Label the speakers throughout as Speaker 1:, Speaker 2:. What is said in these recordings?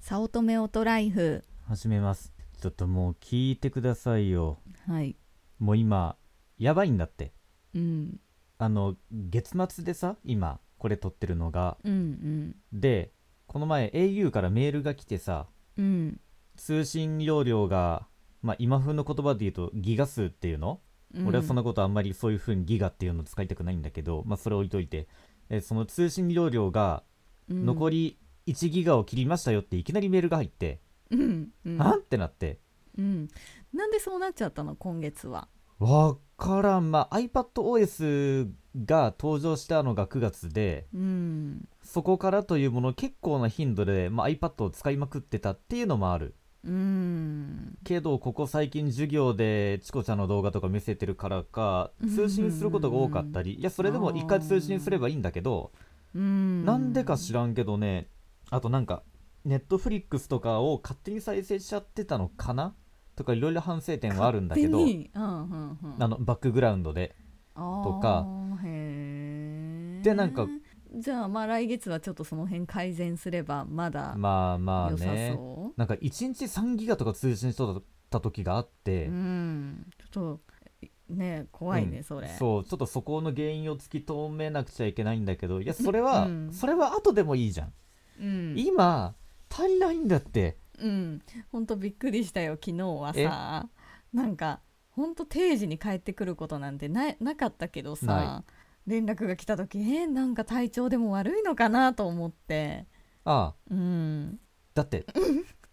Speaker 1: 早乙女オトライフ
Speaker 2: 始めますちょっともう聞いてくださいよ
Speaker 1: はい
Speaker 2: もう今やばいんだって
Speaker 1: うん
Speaker 2: あの月末でさ今これ撮ってるのが
Speaker 1: うん
Speaker 2: でこの前 au からメールが来てさ
Speaker 1: うんうん
Speaker 2: 通信容量が、まあ、今風の言葉で言うとギガ数っていうの、
Speaker 1: うん
Speaker 2: 俺はそんなことあんまりそういう風にギガっていうの使いたくないんだけど、まあ、それ置いといてえその通信容量が
Speaker 1: うん
Speaker 2: 残り1ギガを切りましたよっていきなりメールが入って、
Speaker 1: うんうん
Speaker 2: はんってなって
Speaker 1: うんなんでそうなっちゃったの今月は
Speaker 2: わからんまあ iPadOS が登場したのが9月で
Speaker 1: うん
Speaker 2: そこからというもの結構な頻度で、まあ、iPad を使いまくってたっていうのもある
Speaker 1: うん
Speaker 2: けどここ最近授業でチコちゃんの動画とか見せてるからか
Speaker 1: うん
Speaker 2: 通信することが多かったりいやそれでも一回通信すればいいんだけど
Speaker 1: うん
Speaker 2: なんでか知らんけどねあとなんかネットフリックスとかを勝手に再生しちゃってたのかなとかいろいろ反省点はあるんだけど
Speaker 1: 勝手にうんうんうん
Speaker 2: あのバックグラウンドでと
Speaker 1: あ
Speaker 2: か
Speaker 1: ーへえ
Speaker 2: でなんか
Speaker 1: じゃあまあ来月はちょっとその辺改善すればまだ
Speaker 2: まあまあ
Speaker 1: 良さ
Speaker 2: ね
Speaker 1: そう
Speaker 2: なんか1日3ギガとか通信しとった時があって、
Speaker 1: うんちょっとね怖いね、
Speaker 2: うん
Speaker 1: それ
Speaker 2: そうちょっとそこの原因を突き止めなくちゃいけないんだけどいやそれは、
Speaker 1: うん
Speaker 2: それは後でもいいじゃん、
Speaker 1: うん
Speaker 2: 今足りないんだって
Speaker 1: うん、ほんとびっくりしたよ昨日はさなんかほんと定時に帰ってくることなんてななかったけどさ
Speaker 2: な
Speaker 1: 連絡が来た時えーなんか体調でも悪いのかなと思って
Speaker 2: ああ
Speaker 1: うん
Speaker 2: だって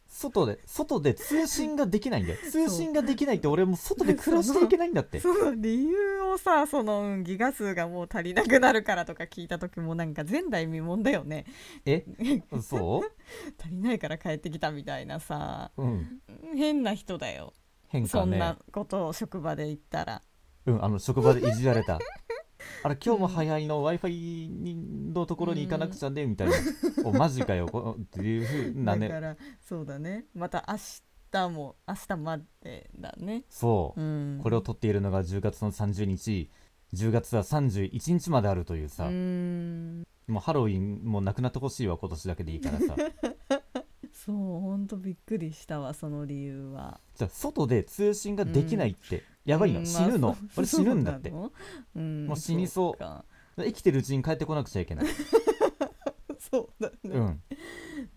Speaker 2: 外で外で通信ができないんだよ 通信ができないって俺もう外で暮らしていけないんだって
Speaker 1: そう理由をさその、うんギガ数がもう足りなくなるからとか聞いた時もなんか前代未聞だよね
Speaker 2: え そ
Speaker 1: 足りないから帰ってきたみたいなさ
Speaker 2: ううん
Speaker 1: 変な人だよ
Speaker 2: 変
Speaker 1: そ
Speaker 2: 化
Speaker 1: ん
Speaker 2: ね
Speaker 1: なことを職場で言ったら
Speaker 2: うんあの職場でいじられたあれ今日も早いの w i f i のところに行かなくちゃねみたい な「おマジかよ」こっていうふうな
Speaker 1: だか
Speaker 2: ね
Speaker 1: らそうだねまた明日も明日までだね
Speaker 2: そうう、
Speaker 1: ん
Speaker 2: これを撮っているのが10月の30日10月は31日まであるというさ、
Speaker 1: うん
Speaker 2: もうハロウィンもうなくなってほしいわ今年だけでいいか らさ
Speaker 1: そうほんとびっくりしたわその理由は
Speaker 2: じゃあ外で通信ができないって、やばいの、
Speaker 1: うん
Speaker 2: 死ぬの、
Speaker 1: まあそう
Speaker 2: 俺死ぬんだって
Speaker 1: そうなのうん
Speaker 2: もう死にそう
Speaker 1: うか
Speaker 2: 生きてるうちに帰ってこなくちゃい けない
Speaker 1: そうだね、
Speaker 2: うん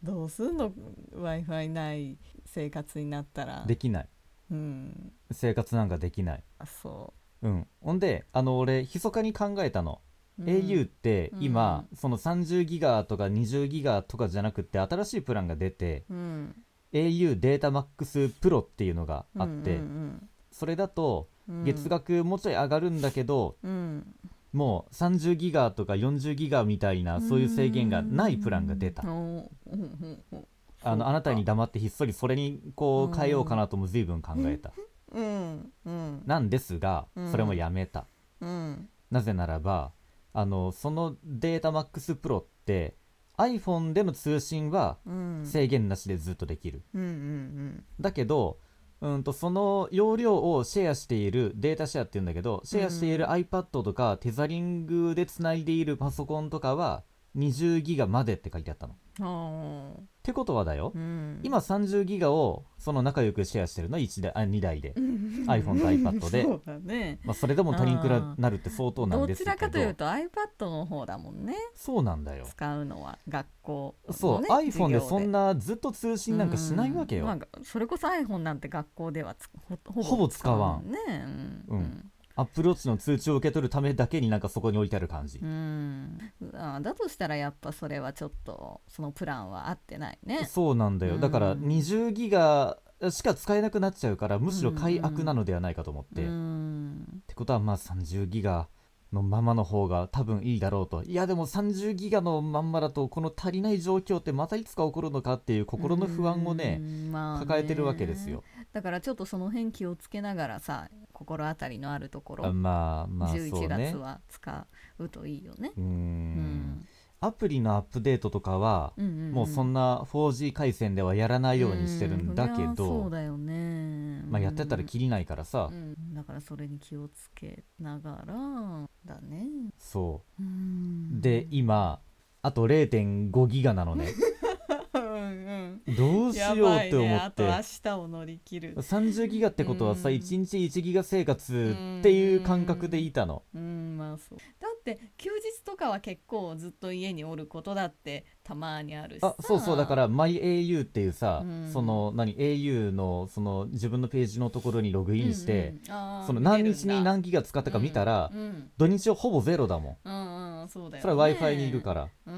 Speaker 1: どうすんの w i f i ない生活になったら
Speaker 2: できない
Speaker 1: うん
Speaker 2: 生活なんかできない
Speaker 1: あそ
Speaker 2: うんほんであの俺密かに考えたの
Speaker 1: う、うん
Speaker 2: au って今、
Speaker 1: う
Speaker 2: その30ギガとか20ギガとかじゃなくて新しいプランが出て
Speaker 1: うん
Speaker 2: au データマックスプロっていうのがあって、
Speaker 1: うん
Speaker 2: それだと
Speaker 1: うんうん
Speaker 2: 月額もうちょい上がるんだけど、
Speaker 1: うん
Speaker 2: もう30ギガとか40ギガみたいなそういう制限がないプランが出た、
Speaker 1: うんうんうんうん
Speaker 2: あ
Speaker 1: そう
Speaker 2: の
Speaker 1: か
Speaker 2: あなたに黙ってひっそりそれにこう変えようかなとも随分考えた、
Speaker 1: うんうん
Speaker 2: なんですが
Speaker 1: うん
Speaker 2: それもやめた、
Speaker 1: うん
Speaker 2: なぜならばあのそのデータマックスプロって iPhone での通信は
Speaker 1: うん
Speaker 2: 制限なしでずっとできる、
Speaker 1: うんうん
Speaker 2: だけどうんとその容量をシェアしているデータシェアっていうんだけどシェアしている iPad とかテザリングでつないでいるパソコンとかは20ギガまでって書いてあったの。っ
Speaker 1: うんああ
Speaker 2: てことはだよ、
Speaker 1: うん
Speaker 2: 今30ギガをその仲良くシェアしてるの1台あ2台で、iPhone と iPad で
Speaker 1: そうだね
Speaker 2: まあ、それでも足りんく
Speaker 1: あ
Speaker 2: ら
Speaker 1: ー
Speaker 2: なるって相当なん
Speaker 1: ど
Speaker 2: で
Speaker 1: ち
Speaker 2: すけど
Speaker 1: らかというと iPad の方だもんね
Speaker 2: そうなんだよ
Speaker 1: 使うのは学校のね
Speaker 2: そう、
Speaker 1: 授
Speaker 2: iPhone
Speaker 1: 業
Speaker 2: でそんなずっと通信なんかしないわけよ、
Speaker 1: うんまあそれこそ iPhone なんて学校ではつほほ
Speaker 2: ほぼ使わん
Speaker 1: ねう
Speaker 2: うんんアップローチの通知を受け取るためだけになんかそこに置いてある感じ、
Speaker 1: うん、うん、あだとしたらやっぱそれはちょっとそのプランは合ってないね
Speaker 2: そうなんだよだから
Speaker 1: うん
Speaker 2: 20ギガしか使えなくなっちゃうからむしろ快悪なのではないかと思って、
Speaker 1: う
Speaker 2: っ
Speaker 1: ん
Speaker 2: てことはまあ30ギガのままの方が多分いいだろうといやでも30ギガのまんまだとこの足りない状況ってまたいつか起こるのかっていう心の不安をね、
Speaker 1: うんまあね
Speaker 2: 抱えてるわけですよ
Speaker 1: だからちょっとその辺気をつけながらさ心当たりのあるところ、
Speaker 2: あまあまあそう
Speaker 1: 11
Speaker 2: ね
Speaker 1: 月は使うといいよね。
Speaker 2: うーん
Speaker 1: うん
Speaker 2: アプリのアップデートとかは
Speaker 1: うんうんうん
Speaker 2: もうそんな 4G 回線ではやらないようにしてるんだけ
Speaker 1: うんそりゃそう
Speaker 2: ど、
Speaker 1: だよね、
Speaker 2: まあ、やってたらきりないからさ、
Speaker 1: うんだからそれに気をつけながらだね。
Speaker 2: そうう。
Speaker 1: ん
Speaker 2: で、今、あと0.5ギガなのね。
Speaker 1: うんうん
Speaker 2: どようって思
Speaker 1: や
Speaker 2: っ
Speaker 1: ばいね、あ
Speaker 2: て。
Speaker 1: と明日を乗り切る、
Speaker 2: 30ギガってことはさ、
Speaker 1: うん
Speaker 2: 1日1ギガ生活っていう感覚でいたの。
Speaker 1: うんまあそうだって休日とかは結構ずっと家におることだってたまにあるし
Speaker 2: あそうそうだからら MyAU っていうさ、
Speaker 1: うん
Speaker 2: その何 au のその自分のページのところにログインして、、
Speaker 1: うんうんあー
Speaker 2: その何日
Speaker 1: 見れる
Speaker 2: に
Speaker 1: んだ
Speaker 2: 何ギガ使ったか見たら、
Speaker 1: うん
Speaker 2: 土日はほぼゼロだもん
Speaker 1: うんうんそうだよ、、
Speaker 2: それは w i f i にいるからら。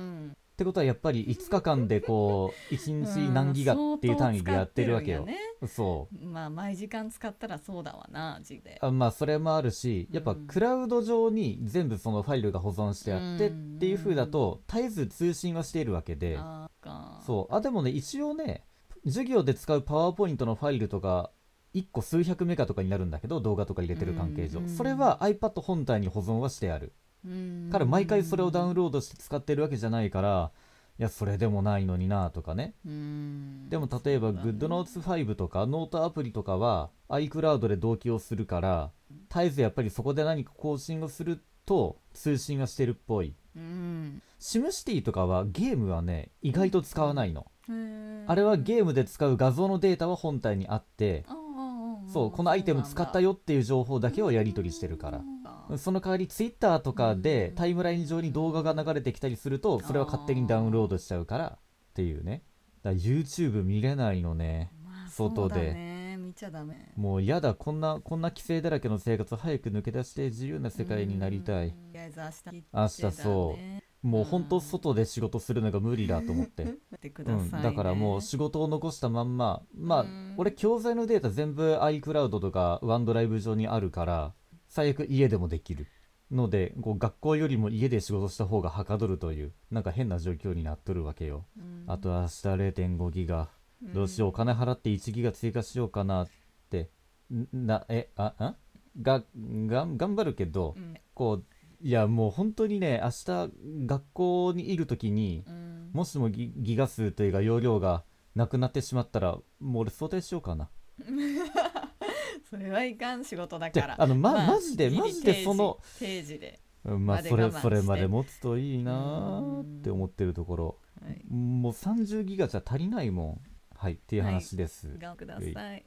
Speaker 2: っ
Speaker 1: うん、
Speaker 2: てことはやっぱり5日間でこう1日何ギガっていう単位でやってるわけよ
Speaker 1: うん。相当使ってるんやね
Speaker 2: そ
Speaker 1: まあ毎時間使ったらそうだわな字で
Speaker 2: うあまあそれもあるしやっ
Speaker 1: う
Speaker 2: ぱ
Speaker 1: ん
Speaker 2: クラウド上に全部そのファイルが保存してあってっていう風だと絶えず通信はしているわけで
Speaker 1: あーか
Speaker 2: そうあでもね一応ね授業で使うパワーポイントのファイルとか1個数百メガとかになるんだけど動画とか入れてる関係
Speaker 1: う
Speaker 2: 上
Speaker 1: ん
Speaker 2: それは iPad 本体に保存はしてある
Speaker 1: うん
Speaker 2: から毎回それをダウンロードして使ってるわけじゃないからいやそれでもないのになとかね
Speaker 1: うん
Speaker 2: でも例えば
Speaker 1: そうだね
Speaker 2: GoodNotes5 とかノートアプリとかは iCloud で同期をするから絶えずやっぱりそこで何か更新をすると通信がしてるっぽい
Speaker 1: うん
Speaker 2: シムシティとかはゲームはね意外と使わないのあ
Speaker 1: あ
Speaker 2: れはゲームで使う画像のデータは本体にあってそうこのアイテム使った
Speaker 1: よ
Speaker 2: よっていう情報だけをやり取りしてるからその代わり Twitter とかでタイムライン上に動画が流れてきたりするとそれは勝手にダウンロードしちゃうからっていうねだから YouTube 見れないのね
Speaker 1: そう
Speaker 2: 外で
Speaker 1: だね見ちゃダメ
Speaker 2: もうやだこんなこんな規制だらけの生活早く抜け出して自由な世界になりた
Speaker 1: うん
Speaker 2: い
Speaker 1: とりあえず明日
Speaker 2: 明日そうもうほんと外で仕事するのが無理だと思って、
Speaker 1: うてく
Speaker 2: う
Speaker 1: だ
Speaker 2: ん、
Speaker 1: さいね
Speaker 2: だからもう仕事を残したまんままあ
Speaker 1: うん
Speaker 2: 俺教材のデータ全部 iCloud とか OneDrive 上にあるから最悪家でもできるのでこう学校よりも家で仕事した方がはかどるというなんか変な状況になっとるわけよ
Speaker 1: うん
Speaker 2: あと明日0.5ギガどうしようお金払って1ギガ追加しようかなってんなえあんがが頑張るけど
Speaker 1: うん
Speaker 2: こういやもう本当にね明日学校にいる時に
Speaker 1: うん
Speaker 2: もしもギギガ数というか容量がなくなってしまったらもう俺想定しようかな
Speaker 1: それはいかん仕事だ
Speaker 2: じ
Speaker 1: か
Speaker 2: ゃ
Speaker 1: ら
Speaker 2: あのま、
Speaker 1: まあ
Speaker 2: マジで
Speaker 1: ギリ
Speaker 2: マジでその
Speaker 1: 定時定時で、
Speaker 2: うんまあ
Speaker 1: まで
Speaker 2: それ
Speaker 1: 我慢
Speaker 2: それま
Speaker 1: して
Speaker 2: で持つといいなーって思ってるところ
Speaker 1: はい、
Speaker 2: もう30ギガじゃ足りないもんはいっていう話です、
Speaker 1: 頑張ってください